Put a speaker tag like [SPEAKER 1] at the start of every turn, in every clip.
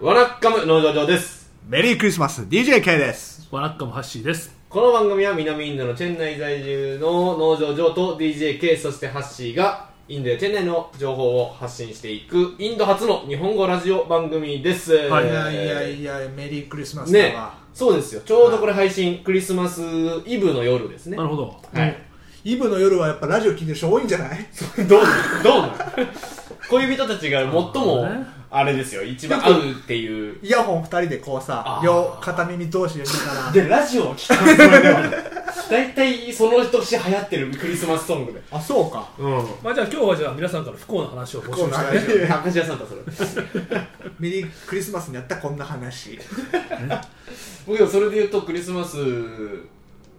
[SPEAKER 1] わらっかむ農場上です
[SPEAKER 2] メリークリスマス DJK です
[SPEAKER 3] ワラッカムハッシーです。
[SPEAKER 1] この番組は南インドのチェンナイ在住の農場上と DJK そしてハッシーがインドやチェンナイの情報を発信していくインド初の日本語ラジオ番組です、
[SPEAKER 3] はい
[SPEAKER 2] いやいやいやメリークリスマスだ
[SPEAKER 1] ね
[SPEAKER 2] わ、
[SPEAKER 1] そうですよちょうどこれ配信クリスマスイブの夜ですね
[SPEAKER 3] なるほど。
[SPEAKER 1] はい
[SPEAKER 2] イブの夜はやっぱラジオ聞いてる人多いんじゃない
[SPEAKER 1] どうどうなん恋人たちが最も
[SPEAKER 3] なるほどね
[SPEAKER 1] あれですよ一番合うっていう
[SPEAKER 2] イヤホン二人でこうさ
[SPEAKER 1] あー
[SPEAKER 2] 両片耳通しで見たら
[SPEAKER 1] でラジオを聴くそれでは 大体その年流行ってるクリスマスソングで
[SPEAKER 2] あそうか
[SPEAKER 1] うん
[SPEAKER 3] まあじゃあ今日はじゃあ皆さんから不幸な話を募集
[SPEAKER 2] こう
[SPEAKER 3] してね。
[SPEAKER 2] なる
[SPEAKER 1] 明石家さんだそれ
[SPEAKER 2] メリークリスマスにやったこんな話
[SPEAKER 1] 僕でもそれで言うとクリスマス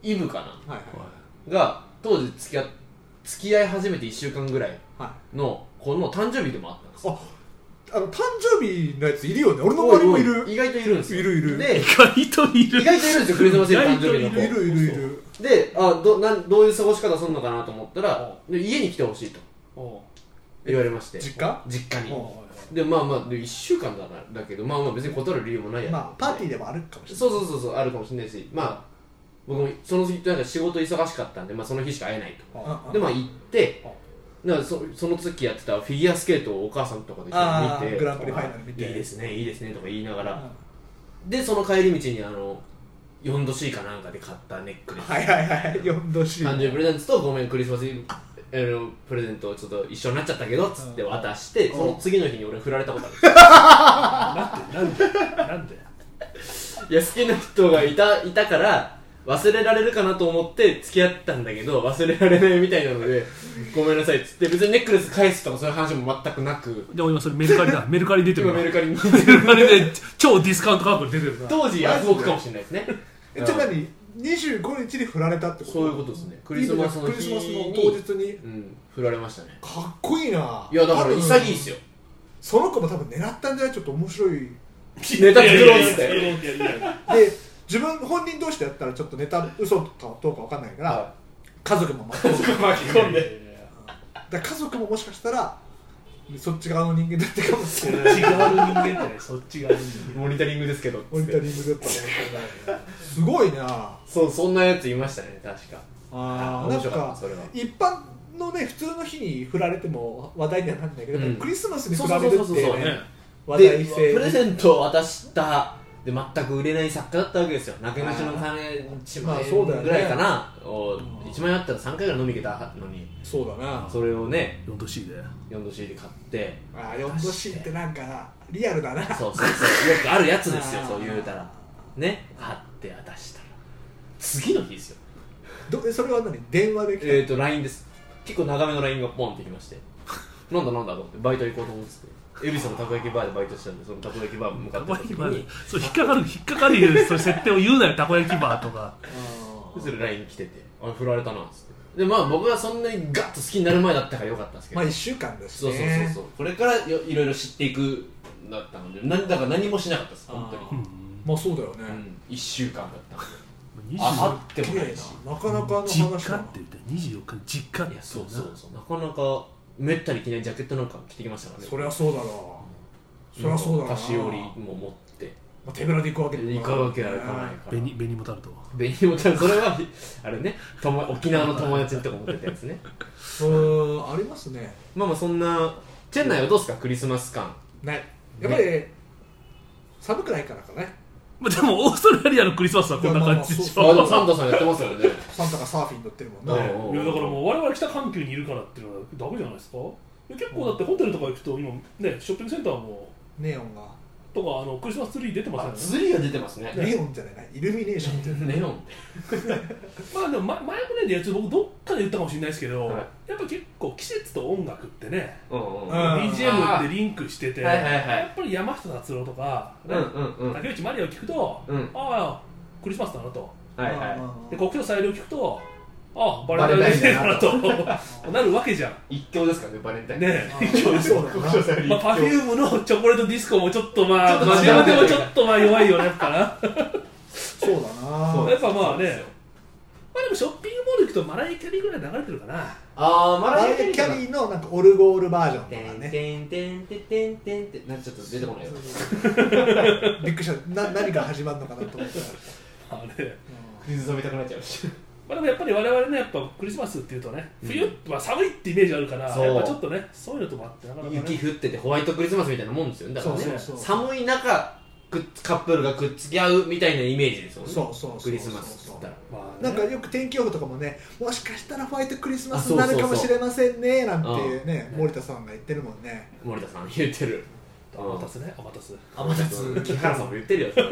[SPEAKER 1] イブか
[SPEAKER 2] はい
[SPEAKER 1] なが当時付き合付き合い始めて1週間ぐらい
[SPEAKER 2] はい
[SPEAKER 1] の子の誕生日でもあったんですよ
[SPEAKER 2] ああの誕生日のやついるよね俺の周りもい
[SPEAKER 1] おいおい
[SPEAKER 2] る
[SPEAKER 1] 意外といるんですよ
[SPEAKER 2] いるいる
[SPEAKER 1] で
[SPEAKER 3] 意外とい
[SPEAKER 1] 意
[SPEAKER 3] る。
[SPEAKER 1] 外といるんですよクリスマスイブ誕生日の
[SPEAKER 3] 意外
[SPEAKER 1] 子
[SPEAKER 3] と
[SPEAKER 2] いるいるいる
[SPEAKER 1] であどなんどういう過ごし方するのかなと思ったらで家に来てほしいと
[SPEAKER 3] おう
[SPEAKER 1] 言われまして
[SPEAKER 2] 実家
[SPEAKER 1] 実家に
[SPEAKER 2] お
[SPEAKER 1] でまあまあで1週間だなだけどまあまあ別に断る理由もないや
[SPEAKER 2] まあパーティー
[SPEAKER 1] で
[SPEAKER 2] でもあるかもしれない
[SPEAKER 1] そうそうそうそうあるかもしれないしまあ僕もその時なんか仕事忙しかったんで、まあ、その日しか会えないと
[SPEAKER 2] うんうん
[SPEAKER 1] でまあ行ってだからそその時やってたフィギュアスケートをお母さんとかと
[SPEAKER 2] あ
[SPEAKER 1] 一緒に見
[SPEAKER 2] ー
[SPEAKER 1] て
[SPEAKER 2] グランプリファイナル見て
[SPEAKER 1] いいですねいいですねとか言いなが
[SPEAKER 2] うん
[SPEAKER 1] らでその帰り道にあの 4°C かなんかで買ったネックレス
[SPEAKER 2] はいはいはい4度 C
[SPEAKER 1] 誕生日プレゼントとごめんクリスマスイブあのプレゼントちょっと一緒になっちゃったけどっつって渡してその次の日に俺振られたことある
[SPEAKER 3] なんでなんで
[SPEAKER 1] いや好きな人がいたいたから忘れられるかなと思って付き合ったんだけど忘れられないみたいなのでごめんなさいっつって別にネックレス返すとかそういう話も全くなく
[SPEAKER 3] でも今それメルカリだ。メルカリ出てる
[SPEAKER 1] 今
[SPEAKER 3] な。
[SPEAKER 1] メ
[SPEAKER 3] メ
[SPEAKER 1] ルカリに
[SPEAKER 3] ルカリで超ディスカウント価格で出てるな。
[SPEAKER 1] 当時安くかもしれないですね
[SPEAKER 2] えちょ何25日に振られたってこと
[SPEAKER 1] そういうことですねクリスマスの
[SPEAKER 2] クリス
[SPEAKER 1] 日
[SPEAKER 2] マス
[SPEAKER 1] に
[SPEAKER 2] の当日に
[SPEAKER 1] うん振られましたね
[SPEAKER 2] かっこいいない
[SPEAKER 1] いやだから潔いっす
[SPEAKER 2] よ
[SPEAKER 1] よ
[SPEAKER 2] その子も多分狙ったんじゃないちょっと面白い
[SPEAKER 1] ネタ作ろうっつっ
[SPEAKER 3] いやい
[SPEAKER 1] て
[SPEAKER 3] やいやいやいや
[SPEAKER 2] で自分本人同士でやったらちょっとネタ嘘かどうかわかんないから、
[SPEAKER 1] は
[SPEAKER 2] 家族も巻き込む
[SPEAKER 1] 巻き込んで
[SPEAKER 2] だから家族ももしかしたらそっち側の人間だったかもし
[SPEAKER 3] そっ
[SPEAKER 2] れない
[SPEAKER 3] ち側の人間じゃない。そっち側の人間。
[SPEAKER 1] モニタリングですけどっつって
[SPEAKER 2] モニタリングだったかもしれないすごいな
[SPEAKER 1] そうそんなやついましたね確か
[SPEAKER 2] あーな
[SPEAKER 1] 面
[SPEAKER 2] ん
[SPEAKER 1] 白かった
[SPEAKER 2] か
[SPEAKER 1] それは
[SPEAKER 2] 一般のね普通の日に振られても話題にはなんないけど、
[SPEAKER 1] うん
[SPEAKER 2] クリスマスに振られるって
[SPEAKER 1] そうそうそうそう
[SPEAKER 3] ね
[SPEAKER 2] ね話
[SPEAKER 1] で
[SPEAKER 2] 題
[SPEAKER 1] プレ
[SPEAKER 2] 性
[SPEAKER 1] ゼントを渡したで全く売れない作家だったわけですよなけなしの金1
[SPEAKER 2] ま
[SPEAKER 1] 万
[SPEAKER 2] あそうだ
[SPEAKER 1] 円
[SPEAKER 2] よね
[SPEAKER 1] ぐらいかな、お
[SPEAKER 2] ん
[SPEAKER 1] 1万円あったら3回ぐらい飲み行けたのに
[SPEAKER 2] そうだな
[SPEAKER 1] それをね
[SPEAKER 3] 4度 C で。
[SPEAKER 1] 4度 C で買って
[SPEAKER 2] あー4度 C ってなんかリアルだな
[SPEAKER 1] そうそうそうよくあるやつですよ
[SPEAKER 2] あー
[SPEAKER 1] そう言うたらね買って渡したら次の日ですよ
[SPEAKER 2] どえそれは何電話で来た、
[SPEAKER 1] えっ、ー、と LINE です結構長めの LINE がポンってきま してなんだなんだと思ってバイト行こうと思って恵比寿のたこ焼きバーでバイトしてたんでそのたこ焼きバー向か
[SPEAKER 3] た
[SPEAKER 1] って
[SPEAKER 3] こ焼き
[SPEAKER 1] た時
[SPEAKER 3] バー
[SPEAKER 1] に
[SPEAKER 3] で。そう引っかかる引っかかるそういう設定を言うなよたこ焼きバーとか。
[SPEAKER 2] あー
[SPEAKER 1] それ LINE 来ててあ振られたなっつってでまあ僕がそんなにガッと好きになる前だったからよかったんですけど、
[SPEAKER 2] まあ1週間です
[SPEAKER 1] そう
[SPEAKER 2] ね
[SPEAKER 1] そうそうそうこれからよいろいろ知っていくだったのでなんだから何もしなかったです本当に
[SPEAKER 3] うん
[SPEAKER 2] まあそうだよ
[SPEAKER 1] う
[SPEAKER 2] ね、
[SPEAKER 1] ん1週間だったので
[SPEAKER 3] 24
[SPEAKER 1] ああってもないな
[SPEAKER 2] えなかなかの話
[SPEAKER 3] 実
[SPEAKER 2] だ
[SPEAKER 3] 家
[SPEAKER 2] な
[SPEAKER 3] って言って24日に実家って
[SPEAKER 1] い
[SPEAKER 3] 言
[SPEAKER 1] や
[SPEAKER 3] って
[SPEAKER 1] そう
[SPEAKER 3] な
[SPEAKER 1] そうそうなかなかめったに着ないジャケットなんか着てきましたからね
[SPEAKER 2] そりゃそうだろうそりゃそうだろうな
[SPEAKER 1] 菓子折りも持って
[SPEAKER 2] まあ、手ぶらで行くわけ
[SPEAKER 1] 行くわけは行かないから
[SPEAKER 3] 紅紅もたると
[SPEAKER 1] 紅芋ちゃんそれは あれね友沖縄の友達のとこ持ってたやつね
[SPEAKER 2] うんありますね
[SPEAKER 1] まあまあそんなチェン内はどうですかクリスマス感
[SPEAKER 2] ないやっぱり、寒くないからかね
[SPEAKER 3] まあでもオーストラリアのクリスマスはこんな感じでし
[SPEAKER 2] いやま
[SPEAKER 1] あ
[SPEAKER 3] ょ
[SPEAKER 1] でもサンタさんやってますよね
[SPEAKER 2] サンタがサーフィン乗ってるもん
[SPEAKER 1] うん
[SPEAKER 2] ね
[SPEAKER 3] いやだからもう我々北半球にいるからっていうのはダメじゃないですかいや結構だってホテルとか行くと今ねショッピングセンターも
[SPEAKER 2] ネオンが
[SPEAKER 3] とかあのクリスマスツリー出て
[SPEAKER 1] あ
[SPEAKER 3] ますよね
[SPEAKER 1] ツリーが出てますね
[SPEAKER 2] ネオンじゃないイルミネーションっていう
[SPEAKER 1] ネオン
[SPEAKER 3] まあでもま前もねやつ僕どっかで言ったかもしれないですけど、
[SPEAKER 1] はい
[SPEAKER 3] やっぱ結構季節と音楽ってね
[SPEAKER 1] うん
[SPEAKER 2] うん
[SPEAKER 3] BGM ってリンクしてて、
[SPEAKER 1] はいはいはい
[SPEAKER 3] やっぱり山下達郎とか、ね
[SPEAKER 1] うんうんうんはい
[SPEAKER 3] 竹内まりやを聞くと、
[SPEAKER 1] うん
[SPEAKER 3] ああクリスマスだなと
[SPEAKER 1] は
[SPEAKER 3] で
[SPEAKER 2] こ
[SPEAKER 3] 国境最良聞くとあバレンタインデーだなと なるわけじゃん
[SPEAKER 1] い一強ですからねバレンタイン
[SPEAKER 3] ね
[SPEAKER 2] あーそうだよな
[SPEAKER 1] さ
[SPEAKER 3] まあ、パフュームのチョコレートディスコもちょっとまあ、
[SPEAKER 1] ちょっと
[SPEAKER 3] まあ、
[SPEAKER 1] 違う
[SPEAKER 3] でもち ょっとまあ弱いよね、やっぱな。
[SPEAKER 2] そうだな
[SPEAKER 1] そう
[SPEAKER 3] やっぱまあね、まあででもショッピングモール行くとマライアキャリーぐらい流れてるかな
[SPEAKER 1] あーマ
[SPEAKER 2] マ
[SPEAKER 1] ラ
[SPEAKER 2] ラ
[SPEAKER 1] イア
[SPEAKER 2] イ
[SPEAKER 1] キ
[SPEAKER 2] ア・キ
[SPEAKER 1] ャリ
[SPEAKER 2] ャ
[SPEAKER 1] ー
[SPEAKER 2] リーのなんかオルゴールバージョンとか
[SPEAKER 1] だ
[SPEAKER 2] ね
[SPEAKER 1] てんてんてんてんてんてんってなんかちょっと出てこないよ
[SPEAKER 2] びっくりしたな何が始まるのかなと思ったら、
[SPEAKER 3] あれ
[SPEAKER 1] 水飲みたくなっちゃうし
[SPEAKER 3] まあ、でもやっぱり我々ねやっぱクリスマスっていうとね
[SPEAKER 1] うん
[SPEAKER 3] 冬は寒いってイメージあるから、
[SPEAKER 1] そう
[SPEAKER 3] やっぱちょっとねそういうのともあってなかなか、ね、
[SPEAKER 1] 雪降っててホワイトクリスマスみたいなもんですよねだからね
[SPEAKER 2] そうそうそう
[SPEAKER 1] 寒い中くっカップルがくっつき合うみたいなイメージですよね
[SPEAKER 2] そうそうそうそう
[SPEAKER 1] クリスマスっつったら
[SPEAKER 3] まあね
[SPEAKER 2] なんかよく天気予報とかもねもしかしたらホワイトクリスマスになるかもしれませんねなんていうね
[SPEAKER 3] うん
[SPEAKER 2] 森田さんが言ってるもんね
[SPEAKER 1] 森田さん言ってる
[SPEAKER 3] アマタスねアマタス
[SPEAKER 1] あまた 木原さんも言ってるよそれ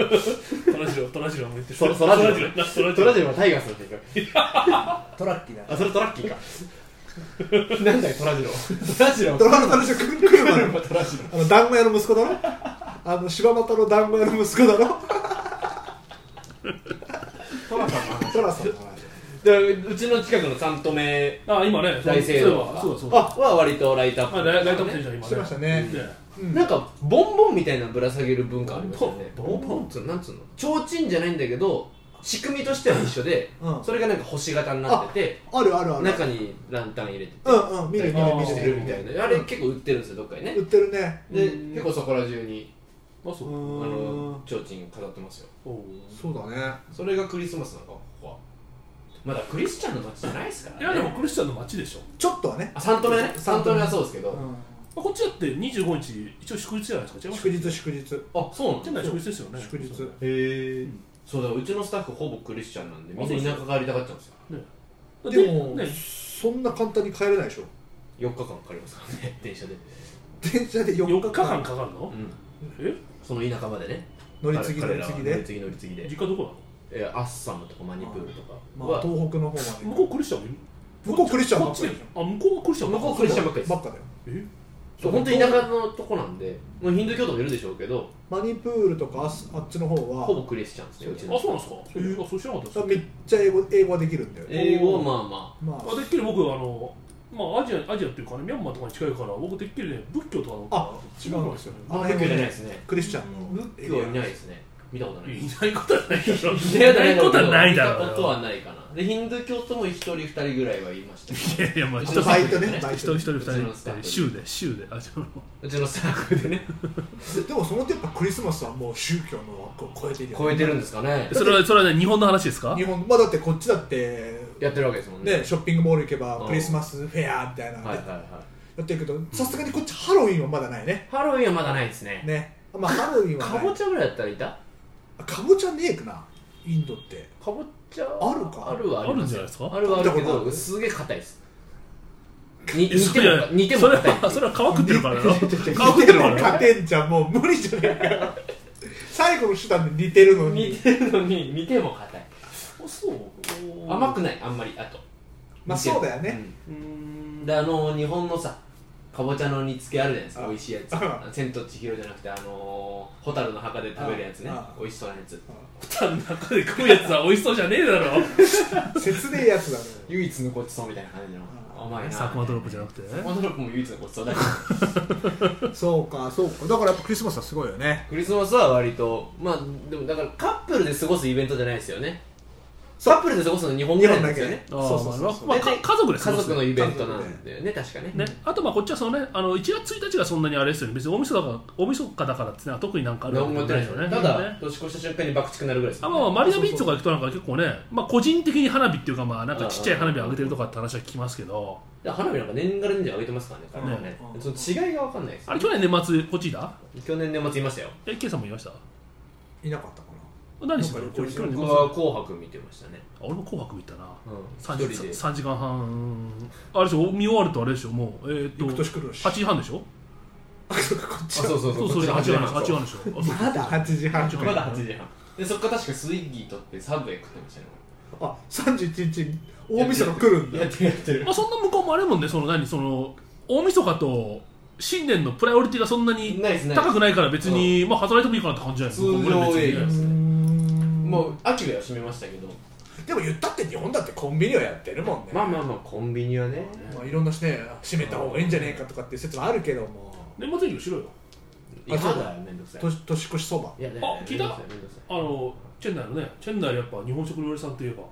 [SPEAKER 3] トラジロトラジロも言ってる
[SPEAKER 1] そそらジロ
[SPEAKER 3] トラジロなトラジ
[SPEAKER 1] ト
[SPEAKER 3] ロ
[SPEAKER 1] ラジルはタイガースの結
[SPEAKER 2] トラッキーだ
[SPEAKER 1] あそれトラッキーかなんだよトラジロトラジロ
[SPEAKER 2] トラの話が来る車の
[SPEAKER 1] トラジロ
[SPEAKER 2] あの団子屋の息子だろあの柴又の団子屋の息子だろ
[SPEAKER 1] トラさん
[SPEAKER 2] トラさんの話
[SPEAKER 1] でうちの近くの三都目
[SPEAKER 3] あ今ね
[SPEAKER 1] 大聖堂
[SPEAKER 3] そうそうだそうだ
[SPEAKER 1] あは割とライトアップ
[SPEAKER 3] あライライトアップしてるじゃん今
[SPEAKER 2] してましたね、
[SPEAKER 3] ね
[SPEAKER 2] うん
[SPEAKER 1] なんかボンボンみたいなぶら下げる文化ありますよね
[SPEAKER 3] ボンボン
[SPEAKER 1] ンつうのなんつうの提灯じゃないんだけど仕組みとしては一緒で、
[SPEAKER 2] うん
[SPEAKER 1] それがなんか星型になって
[SPEAKER 2] あるある
[SPEAKER 1] て
[SPEAKER 2] ある
[SPEAKER 1] 中にランタン入れて
[SPEAKER 2] うんうん見る見る見
[SPEAKER 1] して
[SPEAKER 2] る
[SPEAKER 1] るみたいなあれ結構売ってるんですよどっかにね
[SPEAKER 2] 売ってるね
[SPEAKER 1] で
[SPEAKER 3] うん
[SPEAKER 1] 結構そこら中に
[SPEAKER 3] まあそうう
[SPEAKER 1] あ
[SPEAKER 2] ーん
[SPEAKER 1] の提灯飾ってますよ
[SPEAKER 3] おう
[SPEAKER 2] そうだね
[SPEAKER 1] それがクリスマスなのかここはまだクリスチャンの街じゃないですから
[SPEAKER 3] い
[SPEAKER 1] ね
[SPEAKER 3] やでもクリスチャンの街でしょ、
[SPEAKER 2] ちょっとはね、
[SPEAKER 1] あ三都目ね三都目はそうですけど、
[SPEAKER 2] う
[SPEAKER 3] まあ、こっちだって25日一応祝日じゃないですか違い
[SPEAKER 2] ん、
[SPEAKER 3] ます
[SPEAKER 2] 祝日祝日
[SPEAKER 1] あそうなの
[SPEAKER 3] じゃない祝日ですよね
[SPEAKER 2] 祝日
[SPEAKER 3] そう
[SPEAKER 1] へえそうだうちのスタッフほぼクリスチャンなんでみんな田舎帰りたがっちゃうんですよ
[SPEAKER 3] そう
[SPEAKER 2] でも、
[SPEAKER 3] ね
[SPEAKER 2] そんな簡単に帰れないでしょ
[SPEAKER 1] 4日間かかりますからね電車で、
[SPEAKER 2] 電車で
[SPEAKER 3] 4
[SPEAKER 2] 4
[SPEAKER 3] 日
[SPEAKER 2] 日
[SPEAKER 3] 間
[SPEAKER 2] 間
[SPEAKER 3] かかるの
[SPEAKER 1] うん、
[SPEAKER 3] え
[SPEAKER 1] その田舎までね
[SPEAKER 2] 乗り継ぎ乗
[SPEAKER 1] 彼
[SPEAKER 2] り
[SPEAKER 1] らは
[SPEAKER 2] 継ぎ
[SPEAKER 1] 乗り
[SPEAKER 2] で
[SPEAKER 1] 継ぎ乗り継ぎで
[SPEAKER 3] 実家どこなの
[SPEAKER 1] えーアッサムとかマニプールとか
[SPEAKER 2] まあ
[SPEAKER 1] は、
[SPEAKER 2] 東北の方
[SPEAKER 3] 向
[SPEAKER 2] まで
[SPEAKER 3] こうクリスチャンもいる
[SPEAKER 2] 向こうクリスチャンば
[SPEAKER 3] こっ
[SPEAKER 2] っか
[SPEAKER 3] ち
[SPEAKER 2] り
[SPEAKER 3] であ向こうはクリスチャン
[SPEAKER 1] 向こうはクリスチャンばっかりです
[SPEAKER 2] ばっかだよ
[SPEAKER 3] え
[SPEAKER 1] そう本当に田舎のとこなんで、まあ、ヒンドゥー教徒もいるでしょうけど
[SPEAKER 2] マニプールとかあすあっちの方
[SPEAKER 1] ほ
[SPEAKER 2] は
[SPEAKER 1] ぼクリスチャンですねうちの
[SPEAKER 3] あそうなんですかえーあそう知らなかった
[SPEAKER 2] だ
[SPEAKER 3] で
[SPEAKER 2] めっちゃ英語英語はできるんだよね
[SPEAKER 1] 英語はまあまあ
[SPEAKER 2] ま
[SPEAKER 3] す
[SPEAKER 2] あ
[SPEAKER 3] あてっきり僕あのまあアジアアジアっていうかねミャンマーとかに近いから僕てっきりね仏教とかの
[SPEAKER 2] あ違うんですよあの
[SPEAKER 1] 仏教
[SPEAKER 2] 辺
[SPEAKER 1] じゃな
[SPEAKER 2] も
[SPEAKER 1] いで
[SPEAKER 2] ね
[SPEAKER 1] すね
[SPEAKER 2] クリスチャンの
[SPEAKER 1] 仏教はいないですね見たことないい
[SPEAKER 3] ないことはないだろう
[SPEAKER 1] 見たこと
[SPEAKER 3] いことはないだろう
[SPEAKER 1] 見たことはないかなでヒンドゥー教徒も一人二人ぐらいはいましたけど
[SPEAKER 3] いやいやまあ
[SPEAKER 1] う
[SPEAKER 3] 人
[SPEAKER 1] ち
[SPEAKER 3] そ
[SPEAKER 1] の
[SPEAKER 3] れぞ
[SPEAKER 2] バ
[SPEAKER 3] れ
[SPEAKER 2] イトねバイ
[SPEAKER 3] 一人
[SPEAKER 2] ト
[SPEAKER 3] 一人二
[SPEAKER 1] うちのスタ
[SPEAKER 3] 人
[SPEAKER 1] ッフ
[SPEAKER 3] 週で週であじゃあ
[SPEAKER 1] うちのスタッフでね
[SPEAKER 2] でもその点やっぱクリスマスはもう宗教の枠を超えているよね
[SPEAKER 1] 超えてるんですかね
[SPEAKER 3] それはそれはね日本の話ですか
[SPEAKER 2] 日本まあだってこっちだって
[SPEAKER 1] やってるわけですもんね
[SPEAKER 2] ねショッピングモール行けば
[SPEAKER 1] うん
[SPEAKER 2] クリスマスフェアみたいなの
[SPEAKER 1] はい
[SPEAKER 2] や
[SPEAKER 1] はいは
[SPEAKER 2] ってるけどさすがにこっちハロウィンはまだないね
[SPEAKER 1] いハロウィンはまだないですね
[SPEAKER 2] ねまあハロウィンは
[SPEAKER 1] か
[SPEAKER 2] ない
[SPEAKER 1] ぼちゃぐらいだったらいた
[SPEAKER 2] あかぼちゃねえくなインドって
[SPEAKER 1] かぼちゃ
[SPEAKER 2] あるか
[SPEAKER 1] あるはあり
[SPEAKER 3] ある
[SPEAKER 1] ま
[SPEAKER 3] んじ
[SPEAKER 1] す
[SPEAKER 3] ゃないですか
[SPEAKER 1] あるはあるけ
[SPEAKER 2] 見たことあ
[SPEAKER 1] ど
[SPEAKER 2] る
[SPEAKER 1] すげえ硬いですに
[SPEAKER 3] え
[SPEAKER 1] 似
[SPEAKER 3] そ
[SPEAKER 1] て
[SPEAKER 3] れ
[SPEAKER 1] も
[SPEAKER 3] は
[SPEAKER 1] 似ても
[SPEAKER 3] それ
[SPEAKER 1] 硬い
[SPEAKER 3] はそれは皮食ってる からだろ皮食ってる
[SPEAKER 2] 似て
[SPEAKER 3] か
[SPEAKER 2] も
[SPEAKER 3] らだろ
[SPEAKER 2] 勝てんじゃんもう無理じゃねえかよ最後の手段で似てるの
[SPEAKER 1] 似
[SPEAKER 2] に
[SPEAKER 1] てるのに似ても硬い
[SPEAKER 3] あそう
[SPEAKER 1] 甘くないあんまりあと
[SPEAKER 2] まあ
[SPEAKER 1] 似てる
[SPEAKER 2] そうだよね
[SPEAKER 1] ん
[SPEAKER 3] うーん
[SPEAKER 1] であの日本のさかぼちゃの煮付けあるじゃないですか
[SPEAKER 2] あ
[SPEAKER 1] 美味しいやつ
[SPEAKER 2] あ
[SPEAKER 1] 千と千尋じゃなくてあのー蛍の墓で食べるやつね
[SPEAKER 2] ああ
[SPEAKER 1] 美味しそうなやつ
[SPEAKER 3] 豚の中で食うやつは美味しそうじゃねえだろ
[SPEAKER 2] 切ねえやつだね
[SPEAKER 1] 唯一のごちそうみたいな感じの
[SPEAKER 2] あ
[SPEAKER 1] 甘いな
[SPEAKER 3] サクマドロップじゃな
[SPEAKER 1] て
[SPEAKER 3] くて
[SPEAKER 1] サクマドロップも唯一のごちそうだけど
[SPEAKER 2] そうかそうかだからやっぱクリスマスはすごいよね
[SPEAKER 1] クリスマスは割とまあでもだからカップルで過ごすイベントじゃないですよねカ
[SPEAKER 2] そう
[SPEAKER 1] ップルで過ごすの日本ぐ
[SPEAKER 2] 日
[SPEAKER 1] らい
[SPEAKER 2] 本
[SPEAKER 1] なん
[SPEAKER 2] だ
[SPEAKER 1] です
[SPEAKER 2] け
[SPEAKER 1] よ
[SPEAKER 3] あー
[SPEAKER 1] ね
[SPEAKER 2] ねそうそうそうそう
[SPEAKER 3] まあか家族です
[SPEAKER 1] 家族のイベントなんだよね確かね
[SPEAKER 3] ね、あとまあこっちはその、ね、あの1月1日がそんなにあれですよね、別に大晦日が大晦日だからって、ね、特になんかあるわ
[SPEAKER 1] 何
[SPEAKER 3] け
[SPEAKER 1] も
[SPEAKER 3] じ
[SPEAKER 1] や
[SPEAKER 3] ゃ
[SPEAKER 1] って
[SPEAKER 3] な
[SPEAKER 1] ないい
[SPEAKER 3] で
[SPEAKER 1] ですし
[SPEAKER 3] よね。ね
[SPEAKER 1] ょただ年越した瞬間に爆竹なるぐらいです
[SPEAKER 3] あ
[SPEAKER 1] よ
[SPEAKER 3] まあまあ、マリアビーチとか行くとなんか結構ね、まあ、個人的に花火っていうか、まあ、なんかちっちゃい花火上げてるとかって話は聞きますけど、
[SPEAKER 1] だから花火なんか年がら年中上げてますからね彼らはね
[SPEAKER 2] うん
[SPEAKER 1] その違いが分かんないです
[SPEAKER 3] あれ、去年年末、こっちいた
[SPEAKER 1] 去年年末いましたよ
[SPEAKER 3] え、ケイさんもいました
[SPEAKER 2] いなかったかな
[SPEAKER 3] 何してた
[SPEAKER 2] なん
[SPEAKER 3] の
[SPEAKER 2] か
[SPEAKER 3] 去
[SPEAKER 2] 旅行
[SPEAKER 3] 年去
[SPEAKER 2] 行
[SPEAKER 3] 年年
[SPEAKER 1] 僕
[SPEAKER 3] 末
[SPEAKER 1] は紅白見てましたね
[SPEAKER 3] あ俺も紅白行ったな、
[SPEAKER 1] うん
[SPEAKER 3] 三
[SPEAKER 1] 一
[SPEAKER 3] 時
[SPEAKER 1] 人で
[SPEAKER 3] 3時間半、あれでしょ、見終わるとあれでしょ、もう、えー、っ
[SPEAKER 2] 行く
[SPEAKER 3] と
[SPEAKER 2] 年来るし
[SPEAKER 3] 8時半でしょ、
[SPEAKER 2] あそうかこっ
[SPEAKER 1] あ
[SPEAKER 2] ち
[SPEAKER 1] そうそ
[SPEAKER 3] そ
[SPEAKER 1] うそうう
[SPEAKER 3] そう
[SPEAKER 1] こっ
[SPEAKER 3] 8
[SPEAKER 1] ち
[SPEAKER 3] 時
[SPEAKER 1] の
[SPEAKER 3] 半8時半でしょ、あそう
[SPEAKER 2] まだ8時半
[SPEAKER 1] まだ8時半でそっから確かスイッギー取ってサブウェイ食ってましたね
[SPEAKER 2] あ31日大晦日来るんだ
[SPEAKER 1] やってるやってる
[SPEAKER 3] まあ、そんな向こうもあれもんね、その何その大晦日と新年のプライオリティがそんなに
[SPEAKER 1] ないですね
[SPEAKER 3] 高くないから別に、まあ、働いてもいいかなって感じじゃない
[SPEAKER 1] 通常営業
[SPEAKER 2] う
[SPEAKER 1] で
[SPEAKER 2] ー
[SPEAKER 1] すね
[SPEAKER 2] ん
[SPEAKER 1] もう秋は閉めましたけど
[SPEAKER 2] でも言ったって日本だってコンビニはやってるもんね
[SPEAKER 1] まあまあまあコンビニはね
[SPEAKER 2] まあいろんなしね閉めた方がいいんじゃねえかとかっていう説はあるけども
[SPEAKER 3] 年末営業しろよ
[SPEAKER 1] 嫌だよめんどくさい
[SPEAKER 2] 年年越しそば
[SPEAKER 1] いやだ
[SPEAKER 3] あ聞いた
[SPEAKER 1] めんどくさいめんどくさい
[SPEAKER 3] あのチェンナイのねチェンナイやっぱ日本食料理屋さんといえば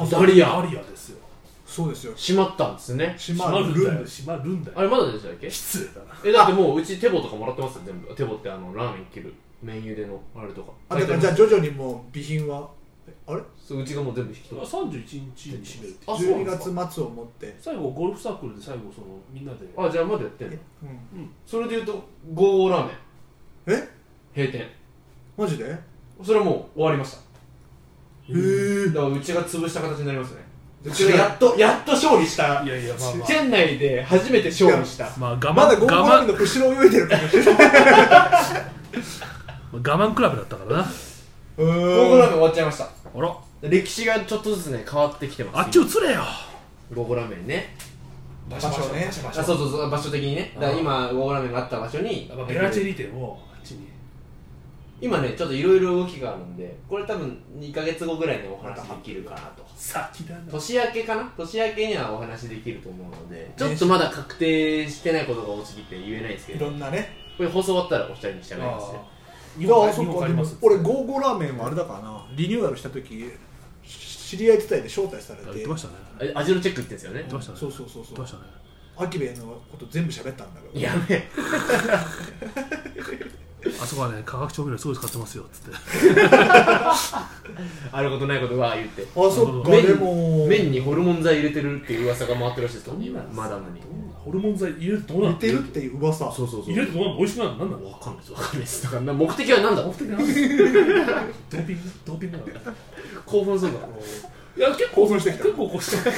[SPEAKER 1] あダリア
[SPEAKER 3] ダリアですよ
[SPEAKER 2] そうですよ
[SPEAKER 1] 閉まったんですね
[SPEAKER 2] 閉
[SPEAKER 3] 閉
[SPEAKER 2] ま
[SPEAKER 3] ま
[SPEAKER 2] る
[SPEAKER 3] る
[SPEAKER 2] ん
[SPEAKER 3] んだよ
[SPEAKER 2] だ
[SPEAKER 3] 閉まるんだ
[SPEAKER 1] あ
[SPEAKER 3] よ
[SPEAKER 1] れまだでしたっけ
[SPEAKER 3] 失礼だな
[SPEAKER 1] えだってもううちテボとかもらってますよ全部テボってあのラーメン切る麺茹でのあれとか
[SPEAKER 2] あだからじゃあ
[SPEAKER 1] あ
[SPEAKER 2] 徐々にもう備品はえあれ
[SPEAKER 1] そううちがもう全部引き取った
[SPEAKER 3] 31日に閉めるって
[SPEAKER 1] あそうなん
[SPEAKER 2] 12
[SPEAKER 1] ですか
[SPEAKER 2] 月末をもって
[SPEAKER 3] 最後ゴルフサークルで最後そのみんなで
[SPEAKER 1] あじゃあまだやってんの
[SPEAKER 2] え,、うん、
[SPEAKER 1] それでいうとゴーラーメン
[SPEAKER 2] え
[SPEAKER 1] 閉店
[SPEAKER 2] マジでへ
[SPEAKER 1] それはもう終わりました
[SPEAKER 2] え
[SPEAKER 1] だからうちが潰した形になりますねうちがやっとやっと勝利した
[SPEAKER 3] いやいやまあまあ
[SPEAKER 1] 店内で初めて勝利した
[SPEAKER 3] まあ我慢
[SPEAKER 2] まだゴーゴー
[SPEAKER 3] 我
[SPEAKER 2] ルの後ろ泳いでるかもしれない
[SPEAKER 3] 慢我慢クラブだったからな
[SPEAKER 2] う
[SPEAKER 1] ゴーゴーラーメ
[SPEAKER 2] ーん
[SPEAKER 1] ン終わっちゃいました
[SPEAKER 3] あら
[SPEAKER 1] 歴史がちょっとずつね変わってきてます
[SPEAKER 3] あっち映れよ
[SPEAKER 1] ゴーゴーラーメンね
[SPEAKER 3] 場
[SPEAKER 2] 所場所場所
[SPEAKER 1] あそうそうそう場所的にねだから今ゴーゴーラーメンがあった場所に
[SPEAKER 3] ベラチェリ店をあっちに
[SPEAKER 1] 今ねちょっといろいろ動きがあるんでこれ多分2か月後ぐらいにお話できるかなと
[SPEAKER 3] 先だな
[SPEAKER 1] 年明けかな年明けにはお話できると思うのでちょっとまだ確定してないことが多すぎて言えないですけ
[SPEAKER 2] い
[SPEAKER 1] ど
[SPEAKER 2] ろ
[SPEAKER 1] こ
[SPEAKER 2] んなね
[SPEAKER 1] れ放送終わったらお二人に従いますね
[SPEAKER 3] 日
[SPEAKER 2] いや
[SPEAKER 3] 本
[SPEAKER 2] あ
[SPEAKER 3] 帰
[SPEAKER 2] そ
[SPEAKER 3] 日
[SPEAKER 2] う
[SPEAKER 3] 本
[SPEAKER 2] か
[SPEAKER 3] 帰
[SPEAKER 2] で
[SPEAKER 3] りま
[SPEAKER 2] も
[SPEAKER 3] す
[SPEAKER 2] 俺ゴーゴーラーメンはあれだからなリニューアルした時し知り合い伝いで招待され
[SPEAKER 3] 言っててましたね
[SPEAKER 1] え味のチェックって言うんですよね
[SPEAKER 3] 言ってましたね
[SPEAKER 2] そうそうそ
[SPEAKER 3] 言
[SPEAKER 2] う
[SPEAKER 3] って
[SPEAKER 2] そ
[SPEAKER 3] ま
[SPEAKER 2] う
[SPEAKER 3] したね
[SPEAKER 2] アキベイのこと全部喋ったんだけど
[SPEAKER 1] やべえ
[SPEAKER 3] あそこはね化学調味料すごい使ってますよっつって
[SPEAKER 1] あることないことは言って
[SPEAKER 2] あそっか
[SPEAKER 1] 麺
[SPEAKER 2] でも
[SPEAKER 1] 麺にホルモン剤入れてるっていう噂が回ってるらしいですよマダムに
[SPEAKER 3] ホルモン剤入れるとどうな
[SPEAKER 2] 似
[SPEAKER 3] る
[SPEAKER 2] てるっていう噂
[SPEAKER 1] そうそうそう
[SPEAKER 3] 入れるとどうなる美味しくなるのなんな の
[SPEAKER 1] わかんないですわかんないですだからな目的は何だろう
[SPEAKER 3] ドーピングドーピングなの
[SPEAKER 1] 興奮するんだろう
[SPEAKER 3] いや結構
[SPEAKER 2] 興奮してきた
[SPEAKER 3] 結構こうして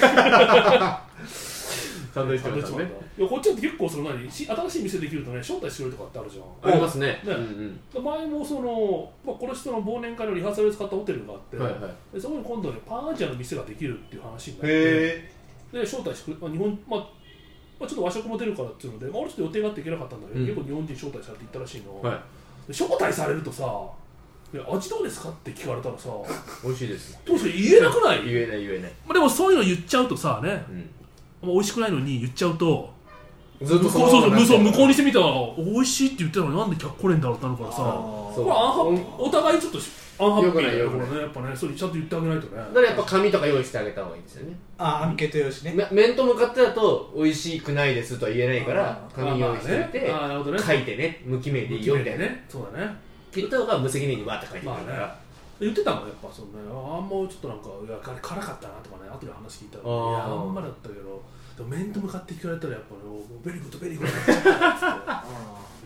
[SPEAKER 1] サンドイッチ
[SPEAKER 3] サンドイッチマ
[SPEAKER 1] マン
[SPEAKER 3] ン
[SPEAKER 1] ね
[SPEAKER 3] いやこっちだって結構その何し新しい店できるとね招待してくれるとかってあるじゃん
[SPEAKER 1] ありますね
[SPEAKER 3] ね
[SPEAKER 1] うんうん
[SPEAKER 3] で前もその、まあ、この人の忘年会のリハーサルで使ったホテルがあって、
[SPEAKER 1] はいはい
[SPEAKER 3] でそこに今度ねパンアジアの店ができるっていう話になって
[SPEAKER 1] へ
[SPEAKER 3] で招待してくれ、まあ、日本、まあまあ、ちょっと和食も出るからっていうので、まあ、俺ちょっと予定があって行けなかったんだけど、
[SPEAKER 1] うん
[SPEAKER 3] 結構日本人招待されて行ったらしいの、
[SPEAKER 1] えはい
[SPEAKER 3] で招待されるとさいや味どうですかって聞かれたらさど
[SPEAKER 1] 美味しいです
[SPEAKER 3] うして言えなくない
[SPEAKER 1] 言えない言えない
[SPEAKER 3] まあ、でもそういうの言っちゃうとさね、
[SPEAKER 1] う
[SPEAKER 3] まあ、美味しくないのに言っちゃうと
[SPEAKER 1] んずっ
[SPEAKER 3] 向
[SPEAKER 1] と
[SPEAKER 3] こうそうそう向こう向こうに
[SPEAKER 1] に
[SPEAKER 3] してみたら美味しいって言ってたのになんで脚光れんだろうってなるからさ
[SPEAKER 2] あー
[SPEAKER 1] そう
[SPEAKER 3] これアンハッお互いちょっとアンハッピーだよ
[SPEAKER 1] よくないよ
[SPEAKER 3] こ
[SPEAKER 1] くない
[SPEAKER 3] れねやっぱねそれちゃんと言ってあげないとね
[SPEAKER 1] だからやっぱ紙とか用意してあげた方がいいですよね
[SPEAKER 2] あアンケート用紙ね
[SPEAKER 1] め面と向かってだと美味しくないですとは言えないから
[SPEAKER 2] あー
[SPEAKER 1] 紙用意しておいて
[SPEAKER 3] あーなるほどね
[SPEAKER 1] 書いてね無記名でいいよみたいな
[SPEAKER 3] ねそうだね
[SPEAKER 1] 切った方が無責任にわーって書いて
[SPEAKER 3] ま
[SPEAKER 1] く
[SPEAKER 3] あ
[SPEAKER 1] る
[SPEAKER 3] ね
[SPEAKER 1] からあ
[SPEAKER 3] 言ってたもんやっぱそのねあんまちょっとなんかいやか辛かったなとかね後で話聞いたら
[SPEAKER 1] あ
[SPEAKER 3] い
[SPEAKER 1] ー
[SPEAKER 3] やあんまだったけどでも面と向かって聞かれたらやっぱねもうベリーグッドベリーグッ ド
[SPEAKER 2] あ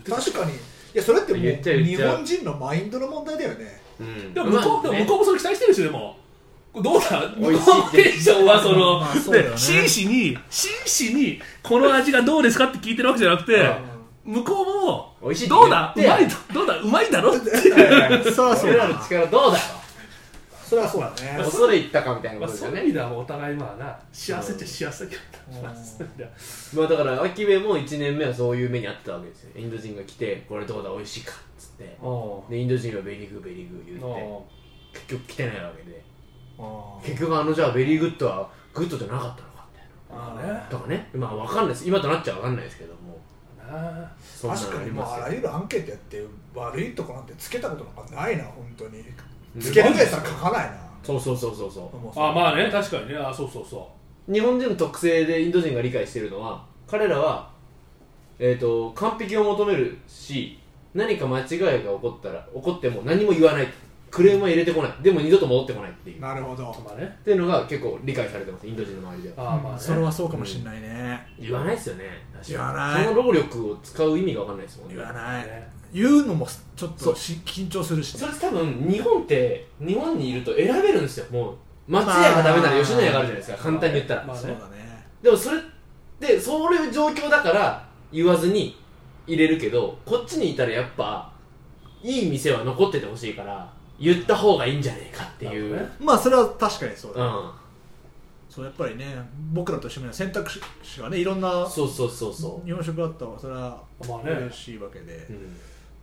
[SPEAKER 2] ー確かにいやそれってもう
[SPEAKER 1] 言っちゃう言っ
[SPEAKER 2] 日
[SPEAKER 1] ちゃう
[SPEAKER 2] 本人のマインドの問題だよね
[SPEAKER 1] うん
[SPEAKER 3] でも向こう,、
[SPEAKER 1] まあ
[SPEAKER 3] で
[SPEAKER 1] ね
[SPEAKER 3] も向こうもそれ期待してるでしょでもこれどうだ
[SPEAKER 1] 美味
[SPEAKER 3] 向
[SPEAKER 1] しい
[SPEAKER 3] こ
[SPEAKER 1] って
[SPEAKER 3] うのテンションはその、
[SPEAKER 2] まあそうだよね
[SPEAKER 3] で真摯に真摯にこの味がどうですかって聞いてるわけじゃなくて、向こうも
[SPEAKER 1] 美味しいって
[SPEAKER 3] ど
[SPEAKER 1] 言
[SPEAKER 3] う
[SPEAKER 1] っ
[SPEAKER 3] だう
[SPEAKER 1] て
[SPEAKER 3] まいだどうだうまいだろって
[SPEAKER 2] そりゃそう
[SPEAKER 1] 俺ら
[SPEAKER 2] だ
[SPEAKER 1] の
[SPEAKER 2] な
[SPEAKER 1] 力どうだ
[SPEAKER 2] そりゃそうだね
[SPEAKER 1] ろ恐れ入ったかみたいな
[SPEAKER 3] まあ
[SPEAKER 1] ことです
[SPEAKER 3] そういう意
[SPEAKER 1] よね
[SPEAKER 3] 味ではお互いまあな幸せっちゃ幸せだけどな
[SPEAKER 2] うん
[SPEAKER 3] そうだよ
[SPEAKER 1] まあだからアキベも1年目はそういう目にあってたわけですよインド人が来てこれどうだ美味しいかっつってでインド人がベリーグーベリーグー言って結局来てないわけで
[SPEAKER 2] あー
[SPEAKER 1] 結局あのじゃあベリーグッドはグッドじゃなかったのかみたい
[SPEAKER 3] まあね
[SPEAKER 1] なとかねまあわかんないです今となっちゃわかんないですけども
[SPEAKER 3] なあ
[SPEAKER 1] そんなの
[SPEAKER 2] 確かにもうあ
[SPEAKER 1] あ
[SPEAKER 2] らゆるアンケートやって悪いとこなんてつけたことなんかないな本当に
[SPEAKER 1] うん
[SPEAKER 2] つけるぐらいさ書かないな
[SPEAKER 1] そうそうそうそうそ
[SPEAKER 2] もう
[SPEAKER 3] あまあね確かにねあそうそうそう
[SPEAKER 1] 日本人の特性でインド人が理解しているのは彼らはえっ、と完璧を求めるし何か間違いが起こったら起こっても何も言わないクレームは入れてこないでも二度と戻ってこないっていうっ
[SPEAKER 2] なるほど
[SPEAKER 3] うまあね
[SPEAKER 1] ていうのが結構理解されてますインド人の周りでは
[SPEAKER 3] あまあね
[SPEAKER 2] それはそうかもしれないね
[SPEAKER 1] 言わないですよね確かに
[SPEAKER 2] 言わない
[SPEAKER 1] その労力を使う意味がわかんないですもんね
[SPEAKER 2] 言わない
[SPEAKER 3] ね
[SPEAKER 2] 言うのもちょっ
[SPEAKER 1] そう
[SPEAKER 2] とし緊張するし
[SPEAKER 1] それ多分日本って日本にいると選べるんですよもう松屋がダメなら吉野家があるじゃないですか簡単に言ったら、
[SPEAKER 3] まあ
[SPEAKER 2] そう
[SPEAKER 3] ね
[SPEAKER 2] だね
[SPEAKER 1] でもそれってそういう状況だから言わずに入れるけどこっちにいたらやっぱいい店は残っててほしいから言った方がいいんじゃねえかっていう、
[SPEAKER 3] なるほ
[SPEAKER 2] まあそれは確かにそう
[SPEAKER 1] う
[SPEAKER 2] だ
[SPEAKER 1] ん
[SPEAKER 2] そうやっぱりね僕らとしてもね選択肢がねいろんな
[SPEAKER 1] そうそうそうそう、
[SPEAKER 2] 日本食あったらそれは
[SPEAKER 3] まあね
[SPEAKER 2] 嬉しいわけで
[SPEAKER 1] うん、